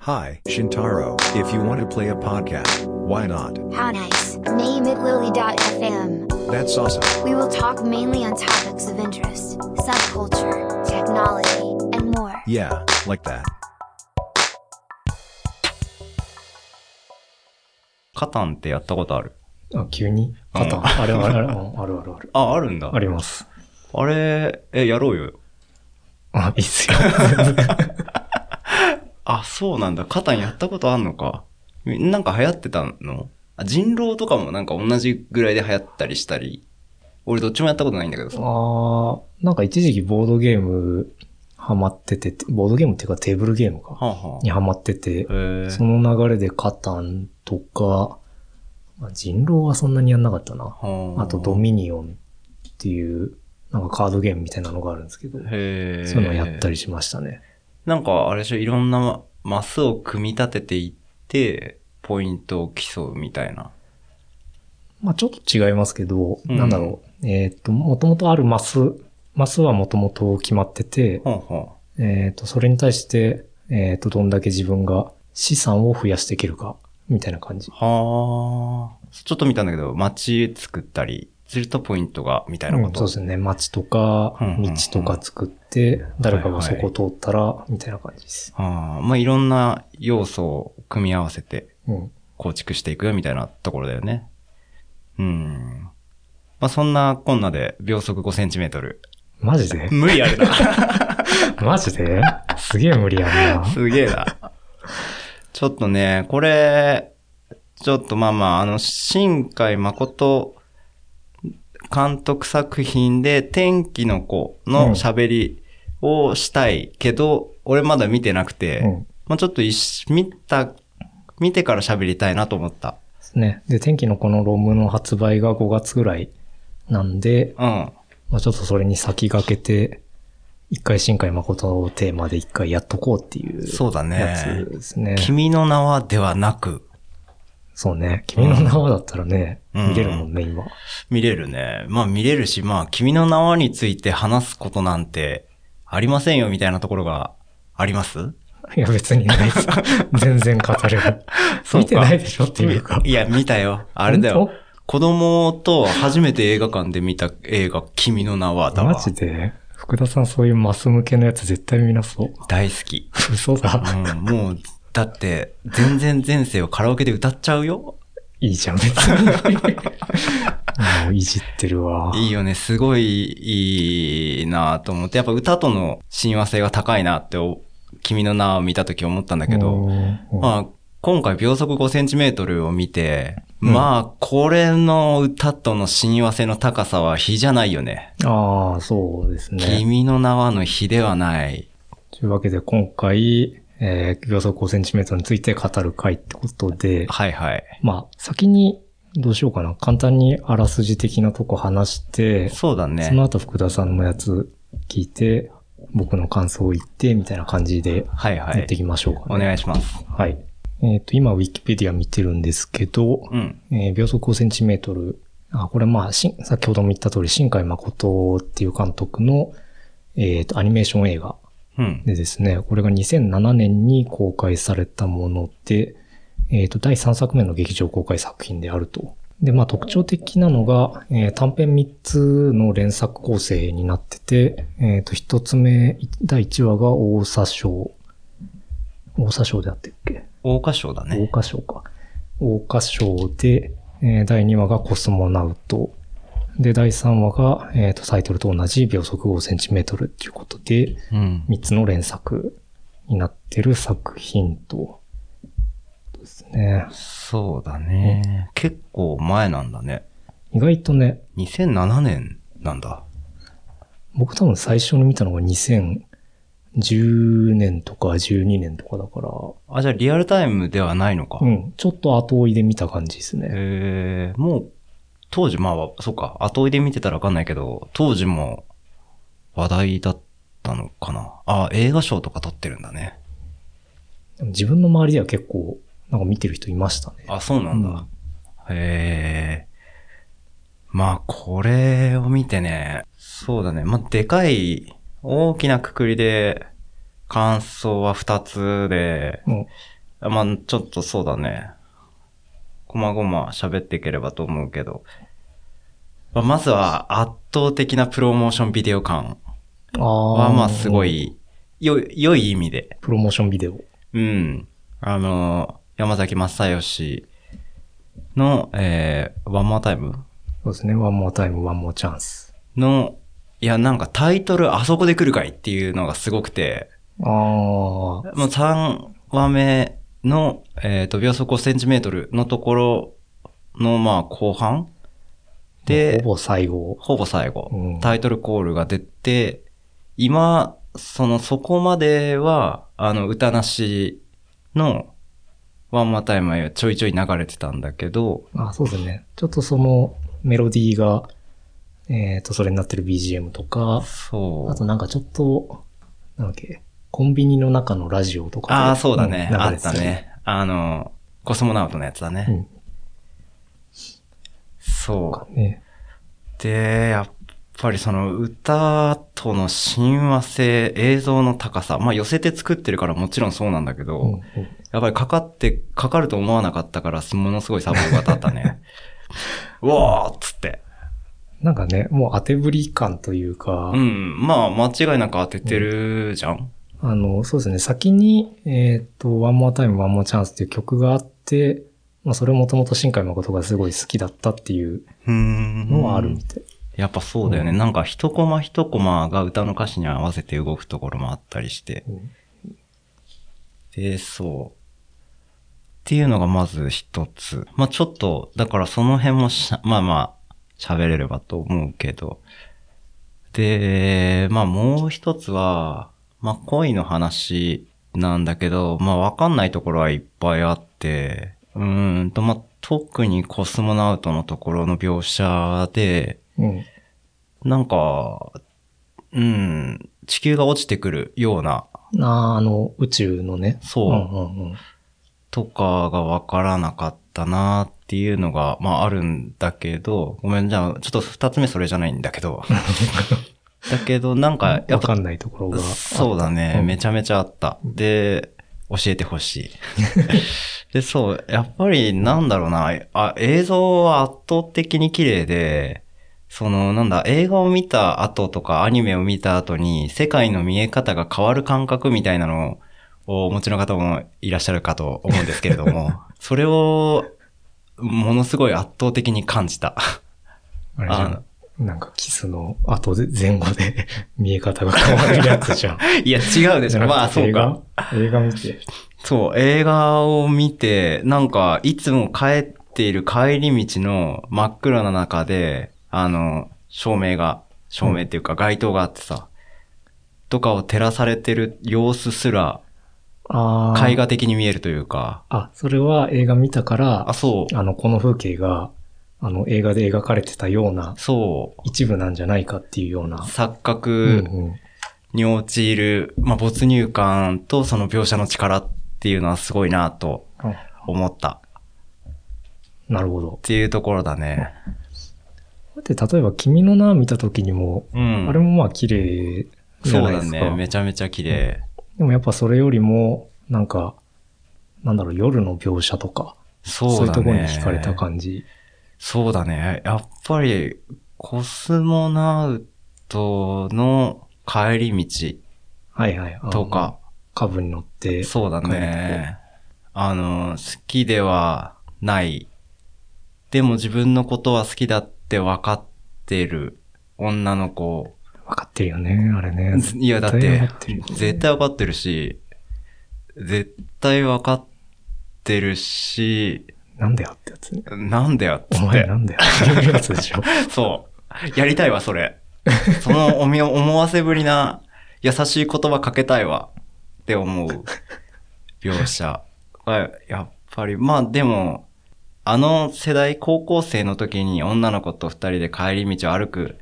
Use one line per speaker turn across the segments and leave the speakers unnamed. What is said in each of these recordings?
Hi, Shintaro. If you want to play a podcast, why not?
How nice. Name it lily.fm.
That's awesome.
We will talk mainly on topics of interest, subculture, technology, and more.
Yeah, like that.
カタンってやったことある
あ、急に
うん
パターン。あれあれあれ、うんあるあるある。
あ、あるんだ。
あります。
あれ、え、やろうよ。
あ、いいっすよ。
あ、そうなんだ。カタンやったことあんのか。みなんか流行ってたのあ人狼とかもなんか同じぐらいで流行ったりしたり。俺どっちもやったことないんだけどさ。
あーなんか一時期ボードゲームハマってて、ボードゲームっていうかテーブルゲームか。
はあ、は
にハマってて
あ、、へえ
その流れでカタンとか、まあ人狼はそんなにやんなかったな。
は
あとドミニオンっていう、なんかカードゲームみたいなのがあるんですけど、
へえ
そういうのやったりしましたね。
なんか、あれでしょ、いろんなマスを組み立てていって、ポイントを競うみたいな。
まあちょっと違いますけど、
うん
なんだろう。えーっと、もともとあるマス、マスはもともと決まってて、
はあ、は
えっ、と、それに対して、えっ、と、どんだけ自分が資産を増やしていけるか、みたいな感じ。
あ。はあ。ちょっと見たんだけど、街作ったりするとポイントが、みたいなこ
うん
と。
そうですね。街とか
うんうん、う
道
ん
とか作って、誰か
は
が
い
そ
はい
こ通ったら、みたいな感じです。
ああ、まあ、いろんな要素を組み合わせて
うん。
構築していくよみたいなところだよね。うん。まあ、そんなこんなで秒速5センチメートル。
マジで
無理あるな。
マジですげえ無理やんな。
すげえな。ちょっとね、これ、ちょっとまあまあ、あの、新海誠監督作品で天気の子の喋りをしたいけど、俺まだ見てなくて、
うん。
まあ、ちょっと一見た、見てから喋りたいなと思った。
ね。で、天気のこのロムの発売が5月ぐらいなん
う
で、
ん。
まあ、ちょっとそれに先駆けて、一回新海誠をテーマで一回やっとこうっていう
そうだね
やつですね。
君の名はではなく、
そうね。君の名はだったらね、
うん
見れるもんね、今。
見れるね。まあ見れるし、まあ君の名はについて話すことなんてありませんよみたいなところがあります
いや、別にない です。全然語れる。
そうか
見てないでし ょっていうか。
いや、見たよ。あれだよ。子供と初めて映画館で見た映画、君の名はだわ
マ。ジで福田さんそういうマス向けのやつ絶対見な そう。
大好き。
嘘だ。
うん、もう、だって、全然前世をカラオケで歌っちゃうよ。
いいじゃん、別 に。もういじってるわ。
いいよね。すごいいいなと思って、やっぱ歌との親和性が高いなってお、君の名を見た時思ったんだけど、
うん
まあ、今回秒速5センチメートルを見て、
うん
まあ、これの歌との親和性の高さは比じゃないよね。
ああ、そうですね。
君の名はの比ではない。
というわけで今回、えー、秒速 5cm について語る回ってことで、
はいはい。
まあ、先にどうしようかな。簡単にあらすじ的なとこ話して、
そうだ
その
ね。
後福田さんのやつ聞いて、僕の感想を言って、みたいな感じで
はいは
やっ
い
てい。きましょうか
お
ね。
願いします。
はい。えっ、と、今、ウィキペディア見てるんですけど、
うん。
えー秒速5センチメートル。あ、これまあ、しん先ほども言った通り、新海誠っていう監督の、えっ、と、アニメーション映画
うん。
でですね、これが2007年に公開されたもので、えっ、と、第3作目の劇場公開作品であると。で、まあ特徴的なのが、えー短編3つの連作構成になってて、えっ、と、1つ目、第1話が大佐賞。大佐賞であってっけ
大歌唱だ
大
ね。
花賞か。大花賞で、えー第2話がコスモナウト。で、第3話が、えっ、と、タイトルと同じ秒速5センチメートルっていうことで、
うん。
3つの連作になってる作品と、ですね。
そうだね。結構前なんだね。
意外とね、
2007年なんだ。
僕多分最初に見たのが2010年とか12年とかだから、
あ、じゃあリアルタイムではないのか。
うん、ちょっと後追いで見た感じですね。
えー、もう、当時、まあ、そうか、後追いで見てたらわかんないけど、当時も話題だったのかな。あ、映画賞とか撮ってるんだね。
でも自分の周りでは結構、なんか見てる人いましたね。
あ、そうなんだ。へえ。まあ、これを見てね、そうだね。まあ、でかい、大きなくくりで、感想は二つで、
うん。
あまあ、ちょっとそうだね。こまごま喋っていければと思うけど。まあまずは圧倒的なプロモーションビデオ感
ああ
は、まあすご。い、よ、良い意味で。
プロモーションビデオ。
うん。あの、山崎正義の、えー、ワンモアタイム
そうですね。ワンモアタイム、ワンモアチャンス。
の、いや、なんかタイトルあそこで来るかいっていうのがすごくて、
ああ。は
もう3話目の、えっ、と、秒速5センチメートルのところの、まあ、後半で、
ほぼ最後。
ほぼ最後、
うん
タイトルコールが出て、今、その、そこまでは、あの、歌なしの、ワンマタイムはちょいちょい流れてたんだけど、
あ、そうですね。ちょっとそのメロディーが、えっ、と、それになってる BGM とか、
そう。
あとなんかちょっと、なんだっけ、コンビニの中のラジオとかで。
ああ、そうだね。
ん
あ
流れ
って
た
た
り。
ね。あの、コスモナウトのやつだね。
うん
そう。
ね。
で、やっぱりその歌との親和性、映像の高さ、まあ寄せて作ってるからもちろんそうなんだけど、
うんうん
やっぱりかかって、かかると思わなかったから、ものすごいサポーが立った ね。うわーっつって。
なんかね、もう当てぶり感というか、
うん。まあ、間違いなく当ててるじゃん。
あの、そうですね、先に、えっ、と、ワンモアタイム、ワンモアチャンスっていう曲があって、まあ、それもともと新海誠がすごい好きだったっていう
うん
のはあるみたい。
やっぱそうだよね。なんか一コマ一コマが歌の歌詞に合わせて動くところもあったりして。
うん
で、そう。っていうのがまず一つ。まあちょっと、だからその辺もしゃ、まあまあ、喋れればと思うけど。で、まあもう一つは、まあ恋の話なんだけど、まあわかんないところはいっぱいあって、うーんと、まあ特にコスモナウトのところの描写で、
うん。
なんか、うん、地球が落ちてくるような、
あーあの、宇宙のね。
そう
うんうんうん。
とかがわからなかったなっていうのが、まああるんだけど、ごめん、じゃあ、ちょっと二つ目それじゃないんだけど。だけど、なんか、や
わ
っぱ
か、んないところが。
そうだね、
うん
めちゃめちゃあった。で、教えてほしい。 で、そう、やっぱりなんだろうな、あ映像は圧倒的に綺麗で、その、なんだ、映画を見た後とかアニメを見た後に世界の見え方が変わる感覚みたいなのをお持ちの方もいらっしゃるかと思うんですけれども、 それをものすごい圧倒的に感じた。
あれじゃん。なんかキスの後で前後で見え方が変わるやつじゃん。
いや、違う でしょ。まあ、そうか。。
映画 見て。
そう、映画を見て、なんか、いつも帰っている帰り道の真っ暗な中で、あの、照明が、照明っていうか街灯があってさ、とかを照らされてる様子すら、
ああ。
絵画的に見えるというか、
あ、それは映画見たから、
あ、
あ
そう、
の、この風景が、あの、映画で描かれてたような
そう、
一部なんじゃないかっていうような。
錯
う
覚
ん
に陥る、まあ、没入感とその描写の力っていうのはすごいなと
あ
思ったっ
なるほど。
ていうところだね。
だって、例えば、君の名見た時にも、
うん。
あれもまあ、綺麗じ
そ
ゃ
う
ないで
だ
すか。
ね。めちゃめちゃ綺麗。
でもやっぱそれよりも、なんか、なんだろう、夜の描写とか、そう
そう
いう
だね。
ところに惹かれた感じ。
そうだね。やっぱり、コスモナウトの帰り道
はいはい。あの
と。か、
株に乗って。
そうだね。あの、好きではない。でも自分のことは好きだって分かってる女の子。
わかってるよね、あ れね。
いや、だっ
絶対
て
わかってるよ、
絶対分かってるし、絶対分かってるし、
なんだよってやつね。
なんだよっつ
お
っ
前
て
な。んだよ って いうやつでしょ。
そう。やりたいわ、それ。そのおみ思わせぶりな優しい言葉かけたいわって思う描写がやっぱり、まあでも、あの世代、高校生の時に女の子と二人で帰り道を歩く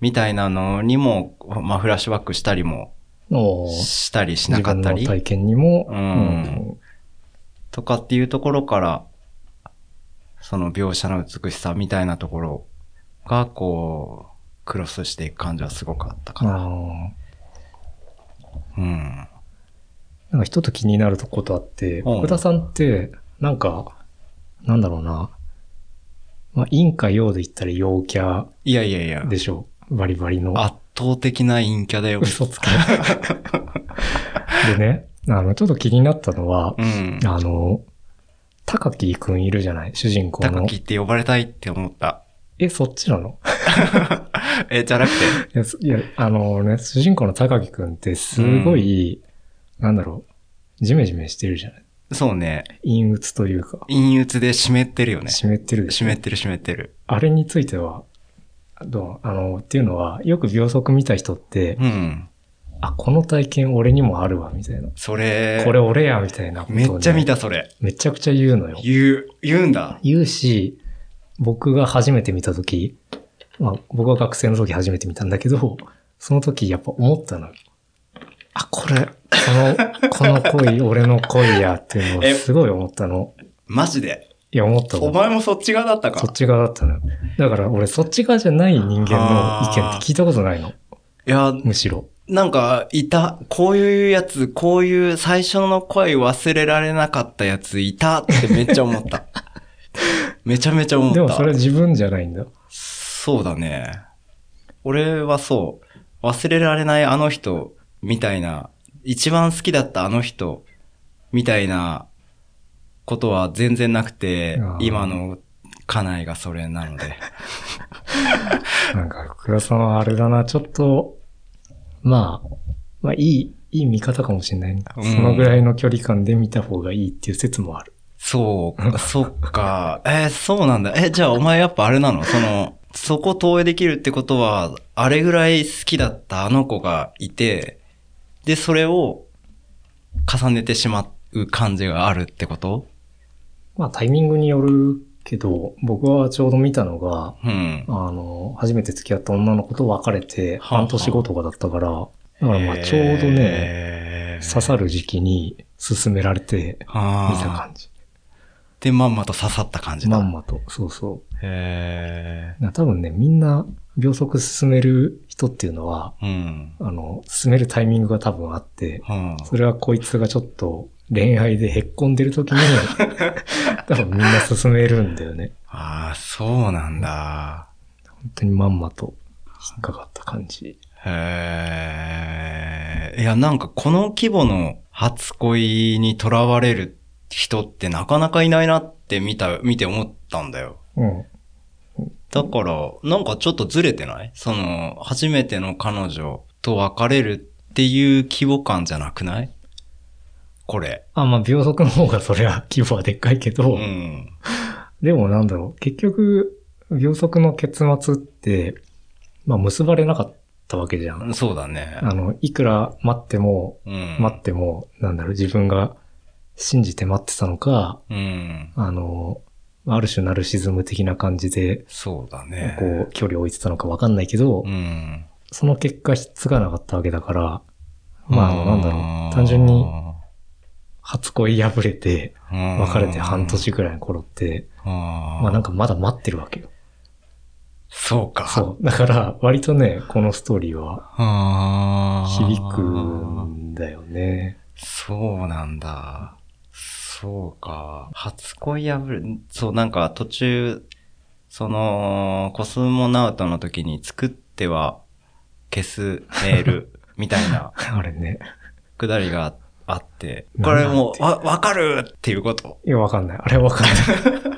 みたいなのにも、まあフラッシュバックしたりも
おー
したりしな
自
か
分
った
の
り
体験にも、
うん
うん
とかっていうところから、その描写の美しさみたいなところがこう、クロスしていく感じはすごくあったかな。
あ
うん。
なんか一つ気になることあって、
うん
福田さんって、なんか、なんだろうな、まあ、陰か陽で言ったら陽キャ
いやいやいや。
でしょう。バリバリの。
圧倒的な陰キャだよ。
嘘つけ。でね、あの、ちょっと気になったのは、
うん。
あの、高木くんいるじゃない主人公
高
の
木。って呼ばれたいって思った。
え、そっちなの
え、じゃなくて。
いやすいや、あのね、主人公の高木くんってすごい、なんだろう、ジメジメしてるじゃない
そうね。
陰鬱というか、
陰鬱で湿ってるよね。
湿ってるでし
湿
ょ
ってる湿ってる。
あれについては、どうあの、っていうのは、よく秒速見た人って、
うん。
あ、この体験俺にもあるわ、みたいな。
それ、
これ俺や、みたいなことを
め
ね
っちゃ見たそれ。
めちゃくちゃ言うのよ。
言う、言うんだ。
言うし、僕が初めて見たとき、まあ僕は学生の時初めて見たんだけど、その時やっぱ思ったの。あ、これ、この、この恋、俺の恋やっていうの
え
をすごい思ったの。
マジで。
いや、思った
お
の。
前もそっち側だった
そっ
か。
ち側だったの。だから俺そっち側じゃない人間の意見って聞いたことないの。
いや、
むしろ。
なんか、いた。こういうやつ、こういう最初の声忘れられなかったやついたってめっちゃ思 った。めちゃめちゃ思った。
でもそれ自分じゃないんだ。
そうだね。俺はそう。忘れられないあの人みたいな、一番好きだったあの人みたいなことは全然なくて
あ、ー
今の家内がそれなので。
なんか福田さんはあれだな、ちょっと、まあ、まあいい、いい見方かもしれない、
うん
そのぐらいの距離感で見た方がいいっていう説もある。
そう、そっか。えーそうなんだ。え、じゃあお前やっぱあれなのその、そこ投影できるってことは、あれぐらい好きだったあの子がいて、で、それを重ねてしまう感じがあるってこと
まあタイミングによるけど、僕はちょうど見たのが、
うん。
あの、初めて付き合った女の子と別れて
はあ
半年後とかだったから、だからまあちょうどね、
ね
刺さる時期に勧められて見た
ああ。
感じ。
で、まんまと刺さった感じだ。
まんまと、そうそう
へ。
だから多分ね、みんな秒速進める人っていうのは、
え。うん。
あの、進めるタイミングが多分あって、
うん。
それはこいつがちょっと恋愛でへっこんでる時に、 多分みんな進めるんだよね。
ああ、そうなんだ。
本当にまんまと引っかかった感じ。
へえ。いや、なんかこの規模の初恋に囚われる人ってなかなかいないなって見た、見て思ったんだよ。
うん。
だから、なんかちょっとずれてないその、初めての彼女と別れるっていう規模感じゃなくないこれ。
あ、まあ秒速の方がそりゃ規模はでっかいけど、
うん。
でもなんだろう、結局、秒速の結末って、まあ結ばれなかったわけじゃん。
そうだね。
あの、いくら待っても、
うん。
待っても、なんだろう、自分が信じて待ってたのか、
うん。
あの、ある種ナルシズム的な感じで、
そうだね。
こう、距離を置いてたのかわかんないけど、
うん。
その結果、ひっつかなかったわけだから、まあ、なんだろう、単純に初恋破れて、別
別
れて半年くらいの頃って、
ま
まあなんかまだ待ってるわけよ。
そうか。
そう。だから、割とね、このストーリーは
あー
響くんだよね。
そうなんだ。そうか。初恋破る、そう、なんか途中、その、コスモナウトの時に作っては消すメー ルみたいな
あれね。
くだりがあって、
なんだ
これもう、わ、わかるっていうこと。
いや、わかんない。あれはわかんない。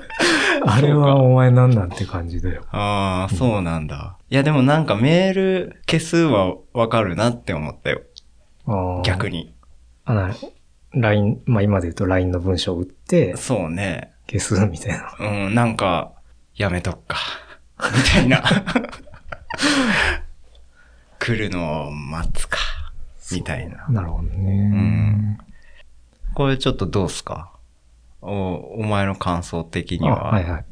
あれはお前なんなんて感じだよ。
ああ、そうなんだ。いや、でもなんかメール消すはわかるなって思ったよ。
あー
逆。に。
あな LINE、まあ今で言うと LINE の文章を打って、
そうね。
消すみたいな。
うん、なんか、やめとっか。 みたいな。 来るのを待つか。みたいな。
なるほどね。
んこれちょっとどうすかお、お前の感想的には。
あはいはい。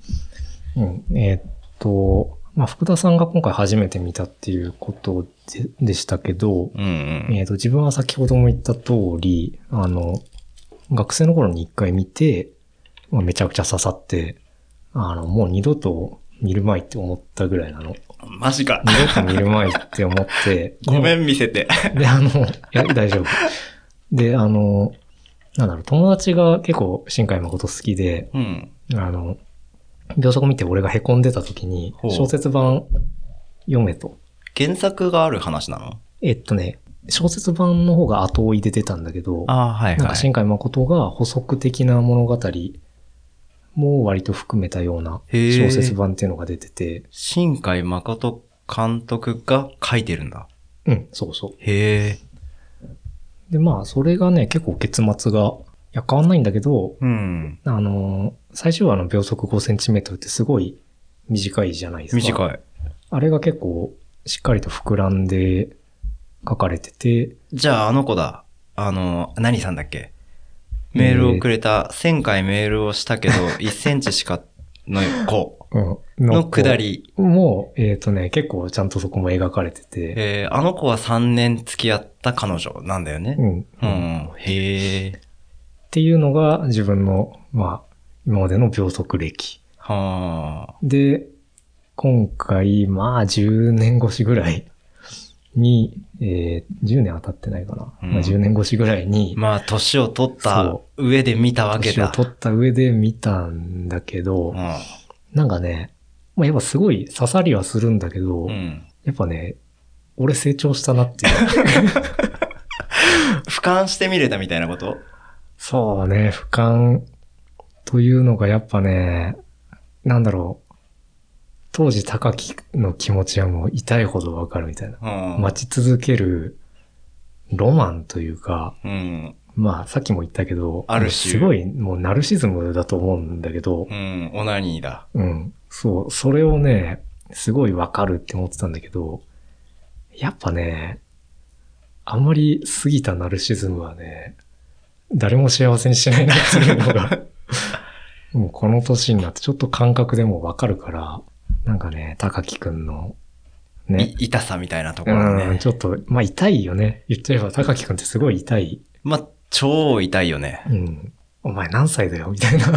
うん、えーっと、まあ、福田さんが今回初めて見たっていうことででしたけど、
うんうん。
えーっと、自分は先ほども言った通り、あの、学生の頃に一回見て、まあ、めちゃくちゃ刺さって、あの、もう二度と見るまいって思ったぐらいなの。
マジか。、
二度と見るまいって思って
ごめ
ん。
ん見せて。
で、あの、いや、大丈夫。で、あの、なんだろう、友達が結構新海誠好きで、
うん。
あの、秒速見て俺が凹んでた時に
ほ、う
小説版読めと。
原作がある話なの
えっとね、小説版の方が後追いで出たんだけど、
ああ、はい
な
は
んか
い。
新海誠が補足的な物語も割と含めたような
へー
小説版っていうのが出てて、
新海誠監督が書いてるんだ。
うん、そうそう。
へえ。
で、まあ、それがね、結構結末が、いや、変わんないんだけど、
うん。
あのー最終話の秒速5センチメートルってすごい短いじゃないですか。い。
短い。
あれが結構、しっかりと膨らんで書かれてて、
じゃああの子だ。あの、何さんだっけメールをくれた、1000回メールをしたけ ど、1センチしかの子
うん。
の
く
下。り。
もう、えっ、とね、結構ちゃんとそこも描かれてて、
えーあの子は3年付き合った彼女なんだよね
う。ん。
う
っ
ん。へえ。
ていうのが自分の、まあ、今までの秒速歴。
はあ。
で、今回、まあ、10年越しぐらいに、えー10年当たってないかな。
うん
まあ、10年越しぐらいに、
まあ、年を取った
そ
上で見たわけ
年を
だ。
取った上で見たんだけど、なんかね、まあ、やっぱすごい刺さりはするんだけど、
うん。うん。
やっぱね、俺成長したなっていう。
俯瞰してみれたみたいなこと
そうね、俯瞰というのがやっぱね、なんだろう。当時高木の気持ちはもう痛いほどわかるみたいな。
うん。
待ち続けるロマンというか、
うん。
まあさっきも言ったけど、
ある種
すごいもうナルシズムだと思うんだけど
う、ん。オナニーだ。
うん。そう、それをね、すごいわかるって思ってたんだけど、やっぱね、あんまり過ぎたナルシズムはね、誰も幸せにしないなっていうのが、 もうこの年になってちょっと感覚でもわかるから、なんかね、高木くんの、ね、
い痛さみたいなところ
うん、
ね。
ちょっと、まあ痛いよね。言っちゃえば、高木くんってすごい痛い。
まあ、超痛いよね。
うん。お前何歳だよみたいな
う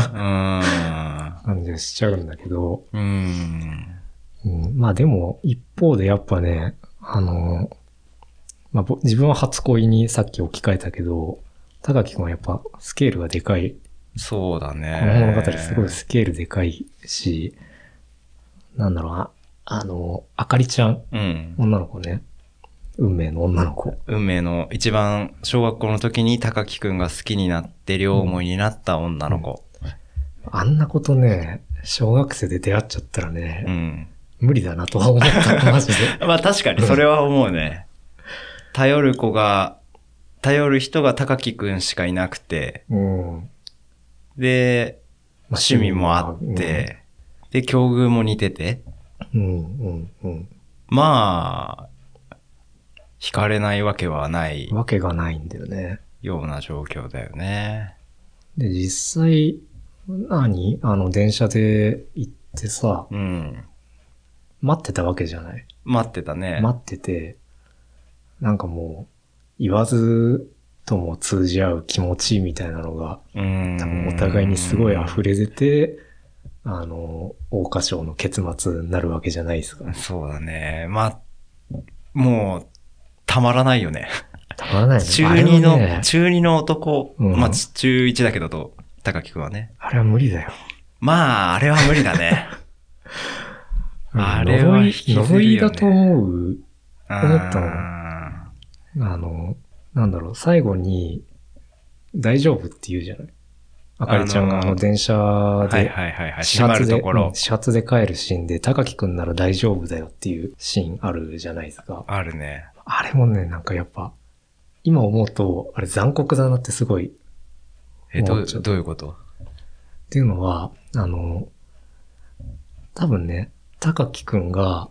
ーん。
感じがしちゃうんだけど、
うーん。
うん、まあでも、一方でやっぱね、あの、まあぼ自分は初恋にさっき置き換えたけど、高木くんはやっぱスケールがでかい。
そうだね。
この物語すごいスケールでかいし、なんだろうな、あの、あかりちゃん、
うん。
女の子ね。運命の女の子。
運命の一番小学校の時に高木くんが好きになって両思いになった女の子。
あんなことね、小学生で出会っちゃったら
う
ね、
ん。
無理だなとは思った、マジで。
まあ確かにそれは思うね。頼る子が、頼る人が高木くんしかいなくて、
うん。
で、趣味もあって、で、境遇も似てて、
うん。うん、うん、
まあ、惹かれないわけはない
うん。わけがないんだよね。
ような状況だよね。
で、実際、何あの、電車で行ってさ、
うん。
待ってたわけじゃない。
待ってたね。
待ってて、なんかもう、言わずとも通じ合う気持ちみたいなのが、
うん
多分お互いにすごい溢れ出て、あの、桜花賞の結末になるわけじゃないですか。
そうだね。まあ、もう、たまらないよ ね。
たまらないね。
中
あれ
二の、
はね
中二の男、
うん
まあ、ち中一だけどと、高木くんはね。
あれは無理だよ。
まあ、あれは無理だね。あれは
呪
引
い
きずるよね
呪いだと思う。 思ったの
あ
あの、なんだろう、最後に、大丈夫って言うじゃない。あかりちゃんが
あ
あ
のー
の電
ー
車
はい
で、
はいはいはい。
始
閉ま
発
る
で、
ところ
うん。始発で帰るシーンで、高木くんなら大丈夫だよっていうシーンあるじゃないですか。
あるね。
あれもね、なんかやっぱ、今思うと、あれ残酷だなってすごい
え、ど
も
う、
うちょっ
どういうこと
っていうのは、あの、多分ね、高木くんが、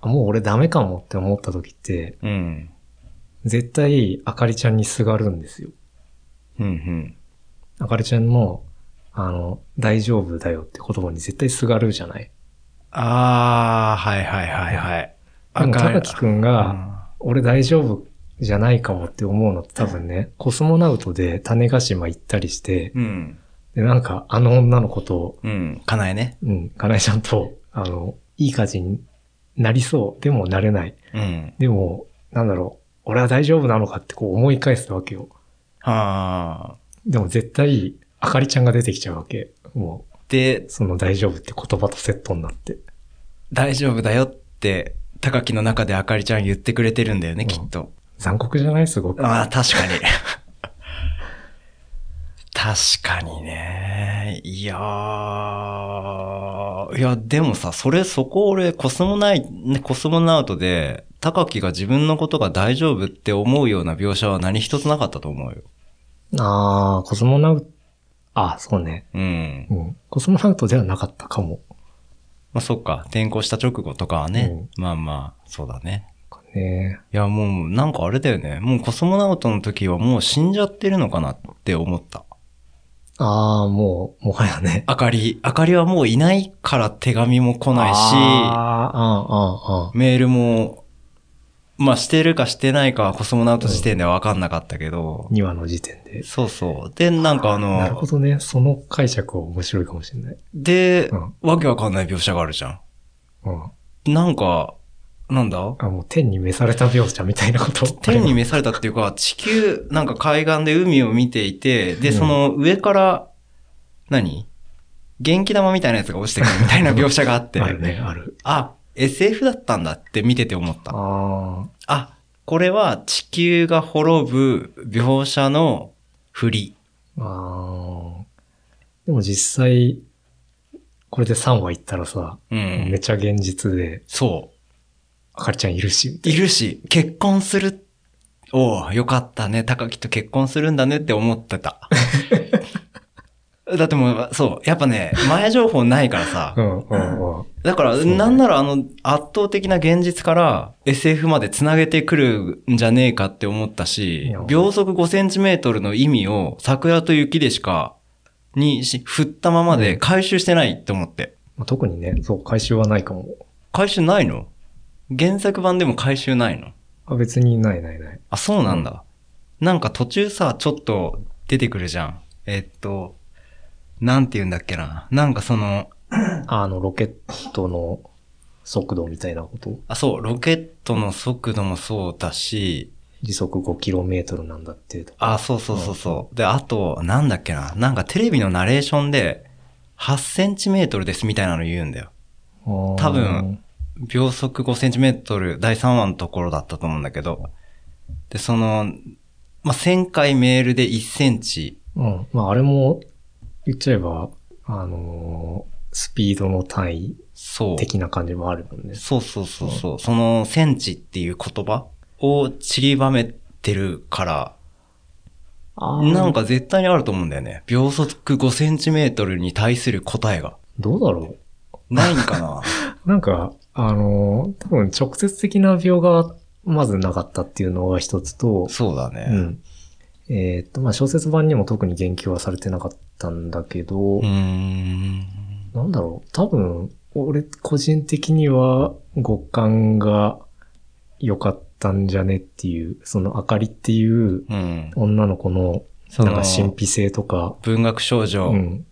あもう俺ダメかもって思った時って、
うん。
絶対、あかりちゃんにすがるんですよ。
うんうん。
あかりちゃんの、あの、大丈夫だよって言葉に絶対すがるじゃない。
ああ、はいはいはいはい。
でも、
赤い
高木くんが、俺大丈夫じゃないかもって思うのって多分ね、コスモナウトで種子島行ったりして、
うん。
で、なんか、あの女の子と、
うん。かなえね。
うん、かなえちゃんと、あの、いい感じになりそう。でもなれない。
うん。
でも、なんだろう、俺は大丈夫なのかってこう思い返すわけよ。
ああ。
でも絶対、あかりちゃんが出てきちゃうわけ。も
で
う、、その大丈夫って言葉とセットになって。
大丈夫だよって、高木の中であかりちゃん言ってくれてるんだよね、
うん
きっと。
残酷じゃないすごく。
ああ、確かに。 確かにね。いやー。いや、でもさ、それ、そこ俺、コスモナイ、ね、コスモナウトで、高木が自分のことが大丈夫って思うような描写は何一つなかったと思うよ。
ああ、コスモナウ、ああ、そうね。
うん。
うん。コスモナウトではなかったかも。
まあ、そっか。転校した直後とかはね。まあまあ、そうだね。
ね
いや、もう、なんかあれだよね。もうコスモナウトの時はもう死んじゃってるのかなって思った。
ああ、もう、もはやね。
あかり、あかりはもういないから手紙も来ないし、
ああ、ああ、ああ。
メールも、まあしてるかしてないかはコスモナウト時点では分かんなかったけど、
2話の時点で。
そうそう。で、なんかあ
なる
の
ほ、どね。その解釈は面白いかもしれない。
で
う、ん。
わけわかんない描写があるじゃ
うん。
ん。なんか、なんだ
あ、もう天に召された描写みたいなこと。
天に召されたっていうか、地球、なんか海岸で海を見ていて、で、
うん
その上から、何元気玉みたいなやつが落ちてくるみたい な描写があって、
あるね、ある。
あ、SF だったんだって見てて思った。
ああ。
あ、これは地球が滅ぶ描写の振り。
ああ。でも実際、これで3話いったらさ、
うん。
めちゃ現実で、
そ
あかりちゃんいるし、み
う。
たい
いるし、結婚する。おうよかったね。高木と結婚するんだねって思って た。だってもう、そう。やっぱね、前情報ないからさ。
な。うん、うん、うん。
だから、
そうね
なんならあの、圧倒的な現実から SF まで繋げてくるんじゃねえかって思った
い
し
や、
秒速5センチメートルの意味を桜と雪でしか、にし、振ったままで回収してないって思って。
まあ、特にね、そう、回収はないかも。
回収ないの原作版でも回収ないの
あ、別にないないない。
あ、そうなんだ。なんか途中さ、ちょっと出てくるじゃん。えっと、なんて言うんだっけな。なんかその、
あの、ロケットの速度みたいなこと
あ、そう、ロケットの速度もそうだし、
時速 5km なんだってとか。
あ、そうそうそうそう。で、あと、なんだっけな。なんかテレビのナレーションで、8センチメートルですみたいなの言うんだよ。多
多
分。秒速5センチメートル、第3話のところだったと思うんだけど。で、その、まあ、1000回メールで1センチ。
うん。まあ、あれも、言っちゃえば、あのースピードの単位
そう。
的な感じもあるもんね。
そうそうそうそう。その、センチっていう言葉を散りばめてるから、
あー
なんか絶対にあると思うんだよね。秒速5センチメートルに対する答えが。
どうだろ
ないんか な
うなんか、あのー多分直接的な描がまずなかったっていうのが一つと、
そうだね。
うん。えーっと、まあ、小説版にも特に言及はされてなかったんだけど、
うーん。
なんだろう多分、俺個人的には五感が良かったんじゃねっていう、そのあかりっていう
うん。
女の子の、
そ
な
の
んか神秘性とか、
文学少女。
うん。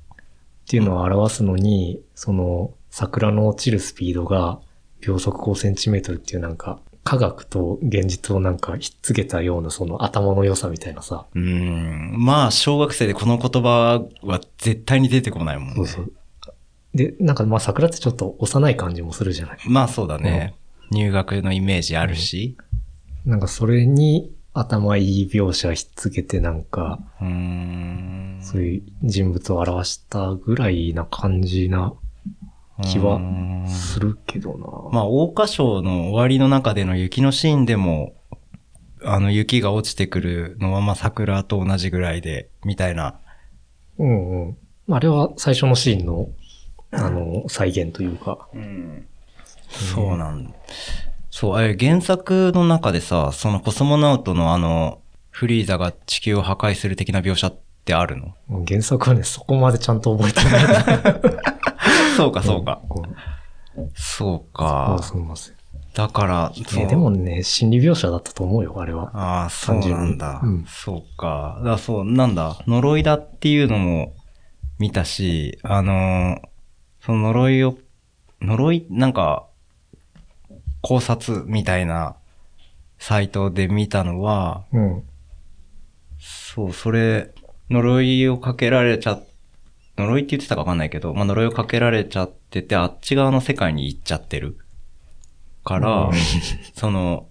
っていうのを表すのに、その、桜の落ちるスピードが秒速5センチメートルっていうなんか、科学と現実をなんかひっつけたようなその頭の良さみたいなさ、
うーん。まあ、小学生でこの言葉は絶対に出てこないもんね。
そうそう。で、なんかまあ桜ってちょっと幼い感じもするじゃない。
まあ、そうだね。入学のイメージあるし。
なんかそれに頭いい描写ひっつけてなんか、
うーん。
そういう人物を表したぐらいな感じな気は
うーん
するけどな。
まあ、桜花賞の終わりの中での雪のシーンでも、あの、雪が落ちてくるのは、まあ、桜と同じぐらいで、みたいな。
うんうん。まああれは最初のシーンの、あの、再現というか。
そうなんだ。そう、え、原作の中でさ、そのコスモナウトのあの、フリーザが地球を破壊する的な描写ってあるの
原作はね、そこまでちゃんと覚えてない。
そうか、 そうか。
ん。
そう
ああ、
か。
すみません。
だから、そ
え
う
でもね、心理描写だったと思うよ、あれは。
ああ、そうなんだ。
単純にうん
そうか。だからそう、なんだ。呪いだっていうのも見たし、あのーその呪いを、呪い、なんか、考察みたいなサイトで見たのは、
うん。
そう、それ、呪いをかけられちゃ、呪いって言ってたかわかんないけど、まあ、呪いをかけられちゃってて、あっち側の世界に行っちゃってる。から
うん、
その、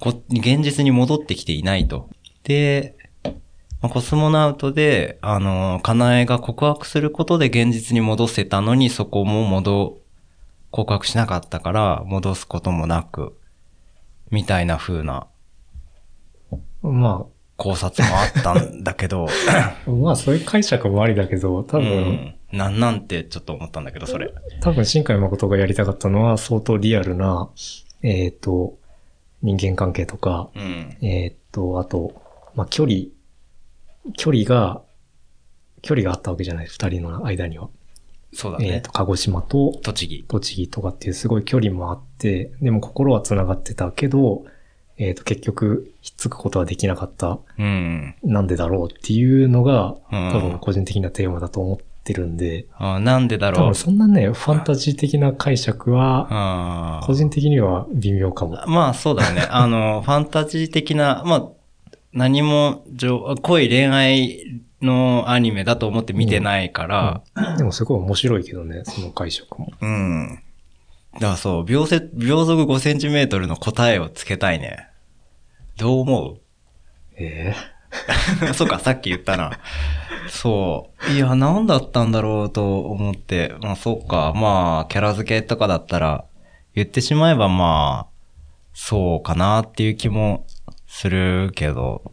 こ、現実に戻ってきていないと。で、まあコスモナウトで、あの、カナエが告白することで現実に戻せたのに、そこも戻、告白しなかったから、戻すこともなく、みたいな風な
ま
考察もあったんだけ ど、
あ、まあそういう解釈もありだけど、多分、
うん、なんなんてちょっと思ったんだけど、それ。
多分新海誠がやりたかったのは相当リアルな、えっ、と、人間関係とか、
うん。
えーっと、あと、まあ、距離、距離が、距離があったわけじゃない、二人の間には。
そうだ
えーっ
ね。
と、鹿児島と
栃木。
栃木とかっていうすごい距離もあって、でも心は繋がってたけど、えーっと、結局、ひっつくことはできなかった、
うん。
なんでだろうっていうのが、
うん
多分個人的なテーマだと思ってるんで、
あなんでだ
多
ろう
分。そんなね、ファンタジー的な解釈は、
あー
個人的には微妙かも。
まあそうだ よね。あの、ファンタジー的な、まあ、何も情、濃い恋愛のアニメだと思って見てないから、
でもすごい面白いけどね、その解釈も。
うん。だからそう、秒せ、秒速5センチメートルの答えをつけたいね。どう 思
ええ
うそうか、さっき言ったな。そう。いや、何だったんだろうと思って。まあ、そうか。まあ、キャラ付けとかだったら、言ってしまえばまあ、そうかなっていう気もするけど。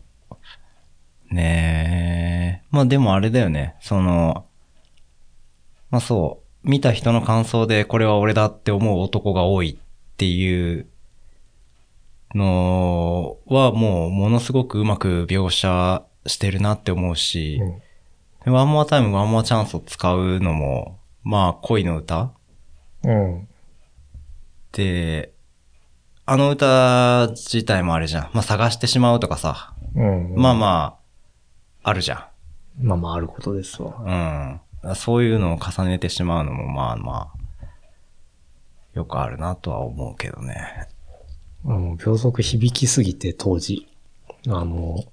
ねえ。まあでもあれだよね。その、まあそう。見た人の感想でこれは俺だって思う男が多いっていうのはもうものすごくうまく描写してるなって思うし、
うん
ワンモアタイム、ワンモアチャンスを使うのも、まあ恋の歌
うん。
で、あの歌自体もあれじゃん。まあ探してしまうとかさ。
うん。
まあまあ、あるじゃ
まあまああることですわ。
ん。うん。そういうのを重ねてしまうのもまあまあ、よくあるなとは思うけどね。
あの、秒速響きすぎて当時。あの、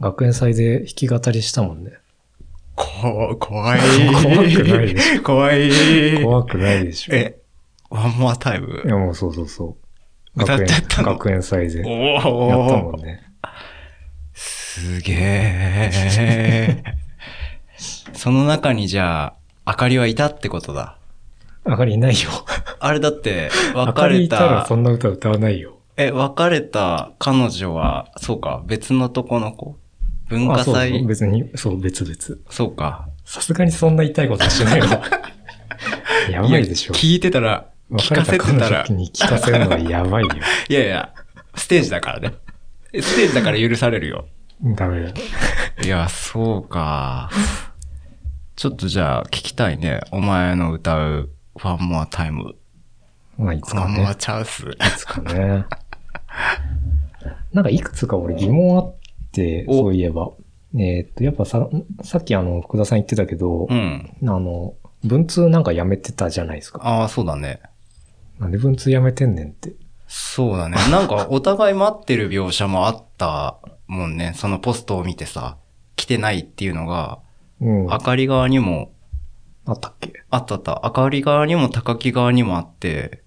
学園祭で弾き語りしたもんね。
こ、 怖い。
怖くないでし
怖い。
怖くないでしょ。
え、ワンモアタイ
い
ム
やもうそうそうそう。
歌っ
学園
てた、の
学園祭で。や
お
ったも
お
んね。
すげえ。その中にじゃあ、明かりはいたってことだ。
あかりいないよ。
あれだっ て、
あ
別
かり
れ
いたら
た
そ、んな歌歌わないよ。
え、別れた彼女は、そうか、別のとこの子文化
あそうそう
祭
別に、そう、別々。
そうか。
さすがにそんな痛いことしな いわ。やばいでしょ
や。聞いてたら、聞かせて
別れ
た
彼
ら
女、に聞かせるのはやばいよ。
いやいや、ステージだからね。ステージだから許されるよ。
ダメだ。
いや、そうか。ちょっとじゃあ、聞きたいね。お前の歌う、ファンモアタイム。
まあいつ
ワ
か
ンモア
ね。
チャンス。
ですかね。なんかいくつか俺疑問あって、
お
そういえば。えーっと、やっぱさ、さっきあの、福田さん言ってたけど、
うん。
あの、文通なんかやめてたじゃないですか。
ああ、そうだね。
なんで文通やめてんねんって。
そうだね。なんか、 お互い待ってる描写もあったもんね。そのポストを見てさ、来てないっていうのが、
うん。
明
あ
かり側にも、
ったっけ
あったあった。明かり側にも高木側にもあって、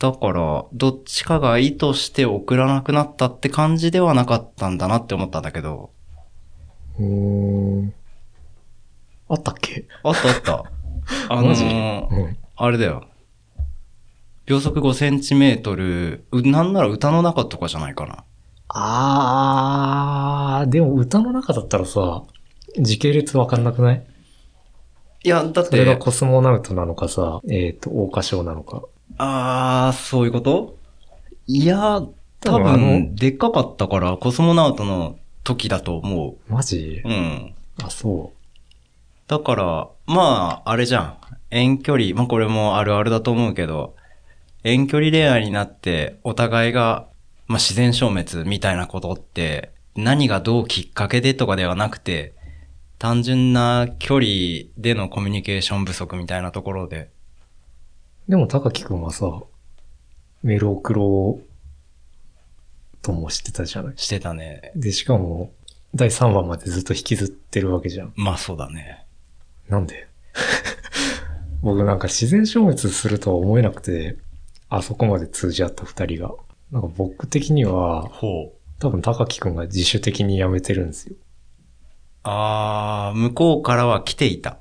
だから、どっちかが意図して送らなくなったって感じではなかったんだなって思ったんだけど、
うーん。あったっけ
あったあった。 あの
マジ
ー
うん。
あれだよ。秒速5センチメートル、うなんなら歌の中とかじゃないかな。
あー、でも歌の中だったらさ、時系列わかんなくない
いや、だっ
それが
て、
コスモナウトなのかさ、えーっと、桜花賞なのか。
あー、そういうこといや、多
多分あ
分、
の
でっかかったから、コスモナウトの時だと思
マジ
う。うん。
あ、そう。
だから、まあ、あれじゃん。遠距離、まあこれもあるあるだと思うけど、遠距離恋愛になって、お互いが、まあ自然消滅みたいなことって、何がどうきっかけでとかではなくて、単純な距離でのコミュニケーション不足みたいなところで。
でも、高木くんはさ、メール送ろうともしてたじゃない
してたね。
で、しかも、第3話までずっと引きずってるわけじゃん。
まあそうだね。
なんで 僕なんか自然消滅するとは思えなくて、あそこまで通じ合った二人が。なんか僕的には、
ほう。
多分高木くんが自主的に辞めてるんですよ。
あー、向こうからは来ていた。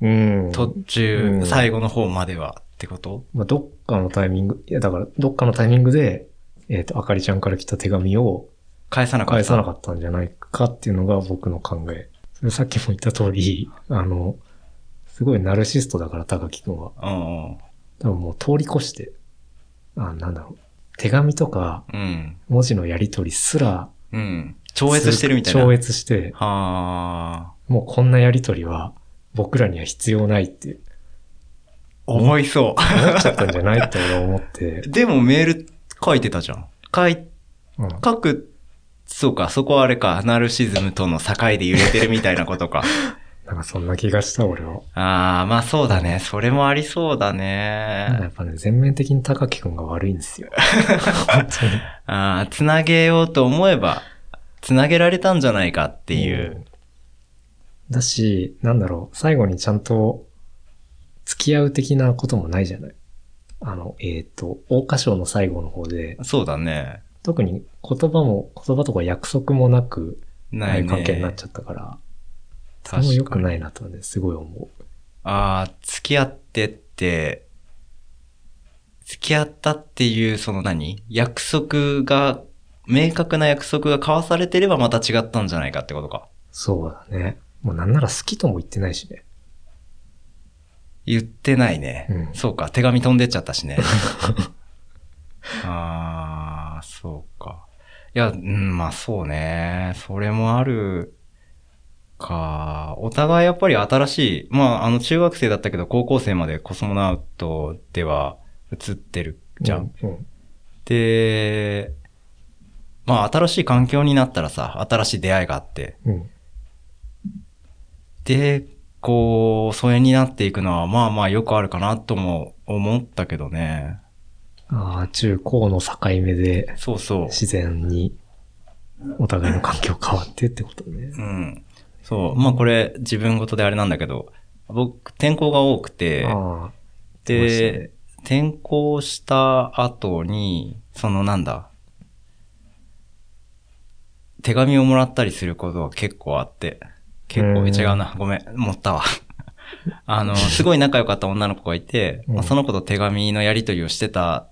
うん。
途中、
うん
最後の方まではってこと
まあ、どっかのタイミング、いやだから、どっかのタイミングで、えっ、と、あかりちゃんから来た手紙を
返さなかった。
返さなかったんじゃないかっていうのが僕の考え。それさっきも言った通り、あの、すごいナルシストだから、高木くんは。
うんうん。
多分もう通り越して、あ、なんだろう。手紙とか
うん。
文字のやりとりすら、
うん。超越してるみたいな。
超越して、
は
もうこんなやりとりは僕らには必要ないって
ー。思いそ
思っちゃったんじゃないって俺は思って
う。、でもメール書いてたじゃん。書い、
うん
書く、そうか、そこはあれか、ナルシズムとの境で揺れてるみたいなこと か。
なんかそんな気がした俺は。
あー、まあそうだね。それもありそうだ
なんかや
ね。
っぱね、全面的に高木くんが悪いんですよ。本当に。っ
あー、つなげようと思えば、つなげられたんじゃないかっていう。。
だし、なんだろう、最後にちゃんと付き合う的なこともないじゃない。あの、えっ、と、桜花賞の最後の方で、
そうだね。
特に言葉も、言葉とか約束もなく、ああ
ないいうね。
関係になっちゃったから、そ
確
れ
か
も
に
良くないなとはね、すごい思う。
ああ、付き合ってって、付き合ったっていう、その何約束が、明確な約束が交わされてればまた違ったんじゃないかってことか。
そうだね。もうなんなら好きとも言ってないしね。
言ってないね。
うん
そうか、手紙飛んでっちゃったしね。 ああ、そうか。いや、うん、まあそうね。それもあるか。お互いやっぱり新しい、まああの中学生だったけど高校生までコスモナウトでは映ってるじゃん。
うん。うん
で、まあ新しい環境になったらさ、新しい出会いがあって、
うん。
で、こう、疎遠になっていくのは、まあまあよくあるかなとも思ったけどね。
ああ、中高の境目で、
そうそ
自然にお互いの環境変わってってことね
う。う。ん。そう。まあこれ、自分事であれなんだけど、僕、転校が多くて、
ああ、そうですね
で、転校した後に、そのなんだ、手紙をもらったりすることは結構あって、結構、
うん
違うな、ごめん、持ったわ。 あの、すごい仲良かった女の子がいて、
うん
まあその子と手紙のやり取りをしてた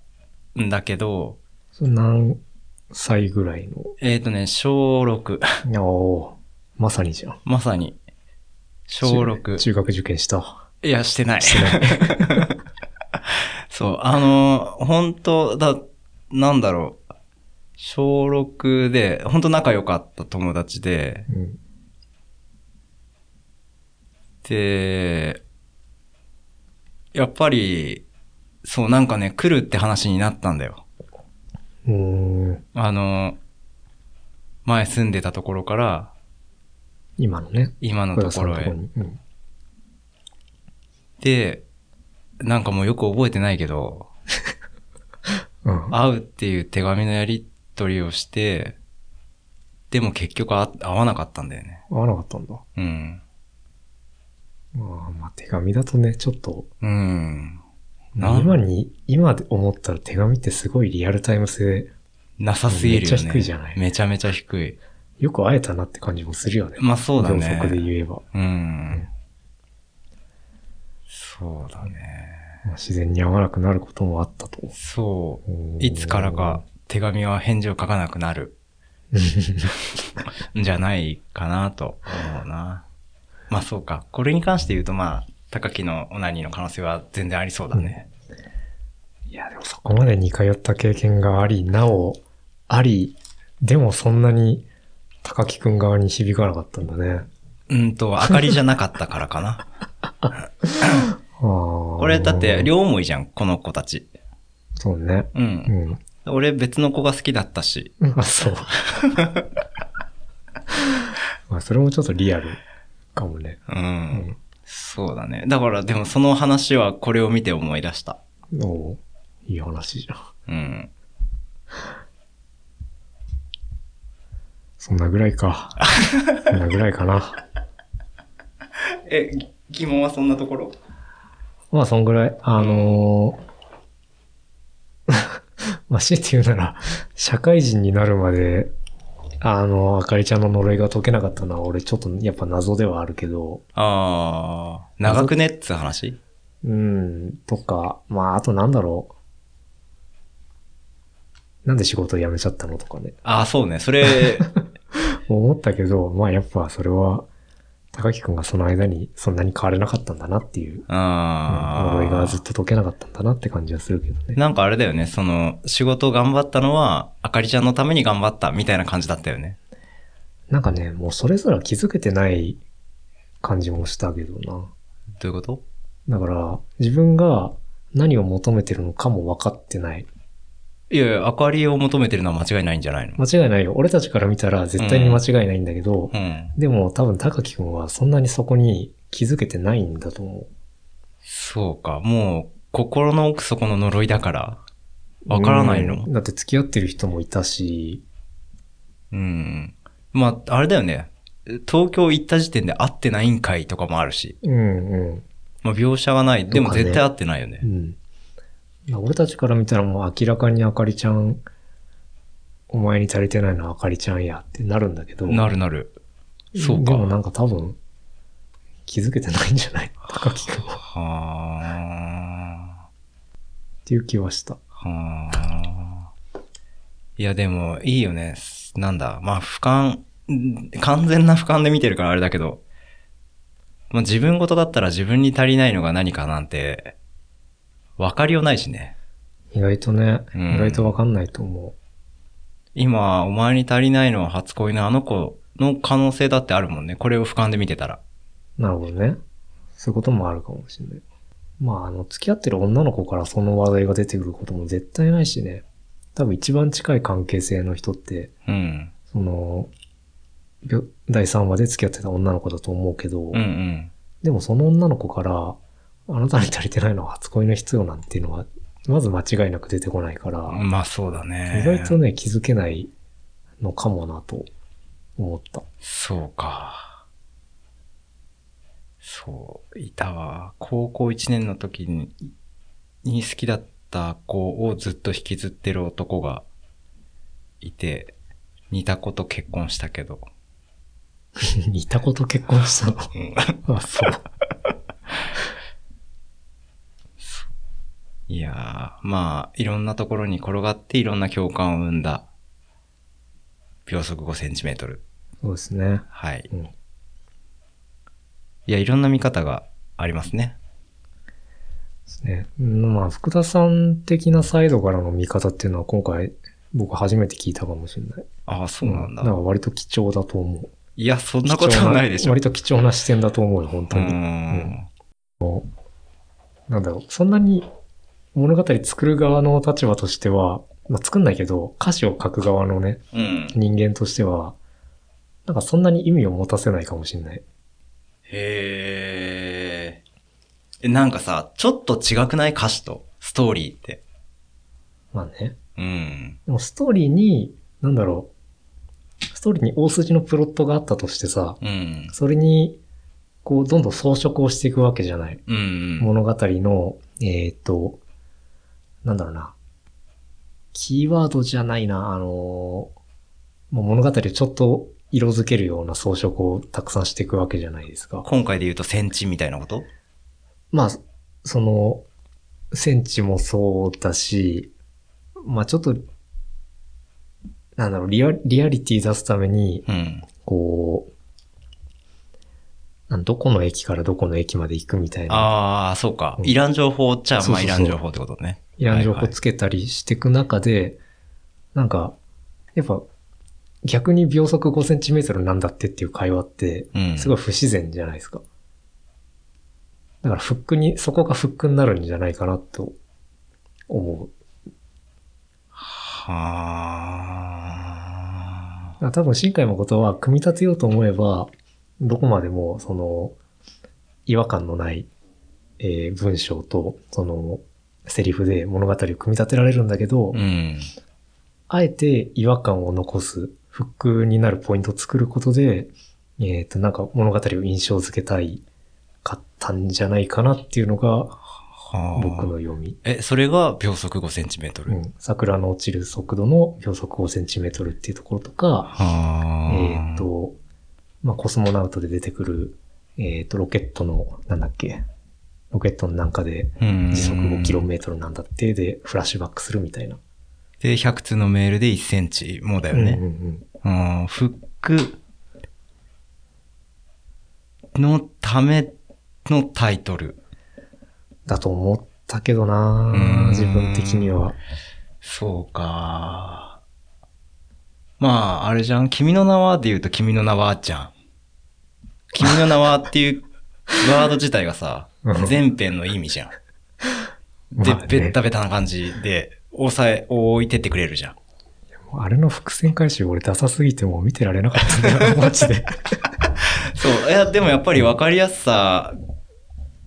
んだけど、
それ何歳ぐらい
えっ、とね、小6、
の。おお、まさにじゃん。
まさに、小6
中。中学受験した。
いや、してない。 そう、あの、本当だ、なんだろう。小6で、本当仲良かった友達で、
うん。
で、やっぱり、そう、なんかね、来るって話になったんだよ。
うーん。
あの、前住んでたところから、
今のね。
今の
小
と
田さ
こ
んの
ろ
とこ
へ。
ろに。うん。
で、なんかもうよく覚えてないけど、
うん。
会うっていう手紙のやり取りをして、でも結局あ会わなかったんだよね。
合わなかったんだ。
うん。
まあ、まあ、手紙だとね、ちょっと、
うん。なん
今に、今で思ったら手紙ってすごいリアルタイム性、
なさすぎるよね。
めっちゃ低いじゃない
めちゃめちゃ低い。
よく会えたなって感じもするよね。
まあそうだね。
秒速で言えば。
うん。そうだね。
まあ自然に会わなくなることもあったと。
そう。
おー
いつからか。手紙は返事を書かなくな るんじゃないかなと思うな。まあそうか。これに関して言うとまあ、高木のオナニーの可能性は全然ありそうだね。
いや、でもそこまで似通った経験があり、なお、あり、でもそんなに高木くん側に響かなかったんだね。
うんと、明かりじゃなかったからか な。
こ
これだって、、両思いじゃん、この子たち。
そうね。
う。
うん ん。
俺別の子が好きだったし。
あ、そう。 まあ、それもちょっとリアルかもね。
うん。
ん
そうだね。だからでもその話はこれを見て思い出した。
おういい話じゃん。
うん。
そんなぐらいか。そんなぐらいかな。
え、疑問はそんなところ
まあ、そんぐらい。あのー まあ、強いて言うなら、社会人になるまで、あの、あかりちゃんの呪いが解けなかったのは、俺ちょっとやっぱ謎ではあるけど、
ああ、長くねっつう話
うん、とか、まあ、あとなんだろう。なんで仕事辞めちゃったのとかね。
ああ、そうね。それ、
思ったけど、まあやっぱそれは、高木くんがその間にそんなに変われなかったんだなっていう、うん
ああ。
呪いが ずっと解けなかったんだなって感じはするけどね。
なんかあれだよね、その、仕事を頑張ったのは、あかりちゃんのために頑張った、みたいな感じだったよね。
なんかね、もうそれすら気づけてない感じもしたけどな。
どういうこと
だから、自分が何を求めてるのかも分かってない。
いやいや、あかりを求めてるのは間違いないんじゃないの
間違いないよ。俺たちから見たら絶対に間違いないんだけど、
うん。
でも多分高木くんはそんなにそこに気づけてないんだと思
そうか、もう、心の奥底の呪いだから、
う。
わからないの
うんだって付き合ってる人もいたし、
うん。まあ、あれだよね。東京行った時点で会ってないんかいとかもあるし。
うんうん。
まあ、描写がない。でも
とかね
絶対会ってないよ
う
ね。
ん。俺たちから見たらもう明らかにあかりちゃん、お前に足りてないのはあかりちゃんやってなるんだけど。
なるなる。そうか
でもなんか多分、気づけてないんじゃない高木くんは。っ
は
ていう気はした。
あ。はあ。いや、でも、いいよね。なんだ。まあ、俯瞰、ん完全な俯瞰で見てるからあれだけど、まあ、自分事だったら自分に足りないのが何かなんて、わかりようないしね。
意外とね、
うん
意外とわかんないと思
今、お前に足りないのは初恋のあの子の可能性だってあるもんね。これを俯瞰で見てたら。
う。なるほどね。そういうこともあるかもしれない。まあ、あの、付き合ってる女の子からその話題が出てくることも絶対ないしね。多分一番近い関係性の人って、
うん。
その、びょ第3話で付き合ってた女の子だと思うけど、
うんうん。
でもその女の子から、あなたに足りてないのは初恋の必要なんていうのは、まず間違いなく出てこないから、
まあそうだね。
意外と。ね、気づけないのかもなと思った。
そうか。そう、いたわ。高校1年の時に、に好きだった子をずっと引きずってる男がいて、似た子と結婚したけど。
似たこと結婚した
うん
の。あ、そう。
いやー、まあ、いろんなところに転がっていろんな共感を生んだ、秒速5センチメートル。
そうですね。
はい。
うん。
いや、いろんな見方がありますね。
ですね。うんまあ、福田さん的なサイドからの見方っていうのは今回、僕初めて聞いたかもしれない。
ああ、そうなんだ。
から割と貴重だと思う。
いや、そんなことはないでしょ。
割と貴重な視点だと思うよ、本当
う
に。
ん。
なんだろう、そんなに物語作る側の立場としては、まあ、作んないけど、歌詞を書く側のね、
うん。
人間としては、なんかそんなに意味を持たせないかもしれない。
へーえ。なんかさ、ちょっと違くない歌詞と、ストーリーって。
まあね。
うん。
でもストーリーに、なんだろう、ストーリーに大筋のプロットがあったとしてさ、
うん。
それに、こう、どんどん装飾をしていくわけじゃない。
うん。
物語の、えっ、と、なんだろうな。キーワードじゃないな、あのー、もう物語をちょっと色づけるような装飾をたくさんしていくわけじゃないですか。
今回で言うとセンチみたいなこと
まあ、その、センチもそうだし、まあちょっと、なんだろう、リアリアリティ出すために、
うん。
こう、なんどこの駅からどこの駅まで行くみたいな。
ああ、そうか。
うん
いらん情報っちゃ、
そう
ま
そう
あ
そう
いらん情報ってことね。
いらん情報つけたりしていく中で、なんか、やっぱ、逆に秒速5センチメートルなんだってっていう会話って、
うん。
すごい不自然じゃないですか。だからフックに、そこがフックになるんじゃないかなと思う。
は
だから多分新海誠は組み立てようと思えば、どこまでも、その、違和感のない、えー文章と、その、セリフで物語を組み立てられるんだけど、
あ。うん。
あえて違和感を残す、フックになるポイントを作ることで、えっ、と、なんか物語を印象付けたいかったんじゃないかなっていうのが、
はあ
僕の読み。
え、それが秒速5センチメート
う
ル。
ん。桜の落ちる速度の秒速5センチメートルっていうところとか、
はあ
えーっ、と、まあ、コスモナウトで出てくる、えーっ、と、ロケットの、なんだっけ、ロケットのなんかで、
うん
時速 5km なんだって、で、フラッシュバックするみたいな。
で、100通のメールで1センチもだよ
うんう
ね。
んうん
うん、フックのためのタイトル。
だと思ったけどな
うん
自分的には。
そうか。まあ、あれじゃん。君の名はで言うと君の名はじゃん。君の名はっていうワード自体がさ
うん、
全編の意味じゃん。で、
まあね
ベッタベタな感じで、抑え、置いてってくれるじゃん。
あれの伏線回収俺ダサすぎてもう見てられな かったんだよ、マジで。
そう。いや、でもやっぱり分かりやすさ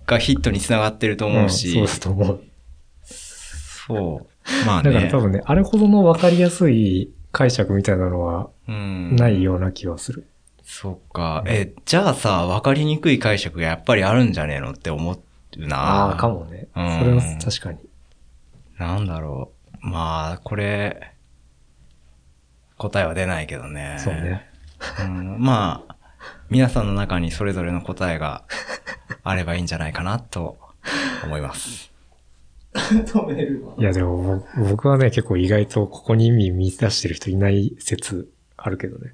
がヒットにつながってると思うし。
んそうだと思う。
そう。まあ
だから
ね
多。分ね、あれほどの分かりやすい解釈みたいなのは
うん。
ない。ような気はする。
そうか。え、じゃあさ、分かりにくい解釈がやっぱりあるんじゃねえのって思うな。
ああー、か。もね。そ
うん
れは確かに。
なんだろう。まあ、これ、答えは出ないけどね。
そうね。。
ん、まあ、皆さんの中にそれぞれの答えがあればいいんじゃないかなと思います。
いやでも僕僕はね、結構意外とここに意味見出してる人いない説あるけどね。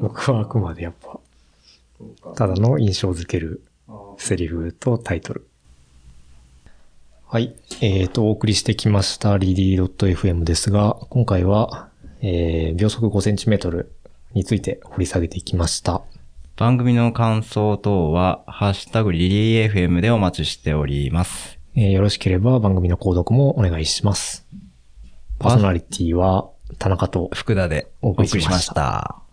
僕はあくまでやっぱ、ただの印象づけるセリフとタイトル。はい。えっ、と、お送りしてきましたリリー .fm ですが、今回は、えー秒速 5cm について掘り下げていきました。
番組の感想等は、ハッシュタグリリー FM でお待ちしております。
えーよろしければ番組の購読もお願いします。パーソナリティは田中と
福田でお
お
送
送
り
り
し
し
ま
ま
し。
した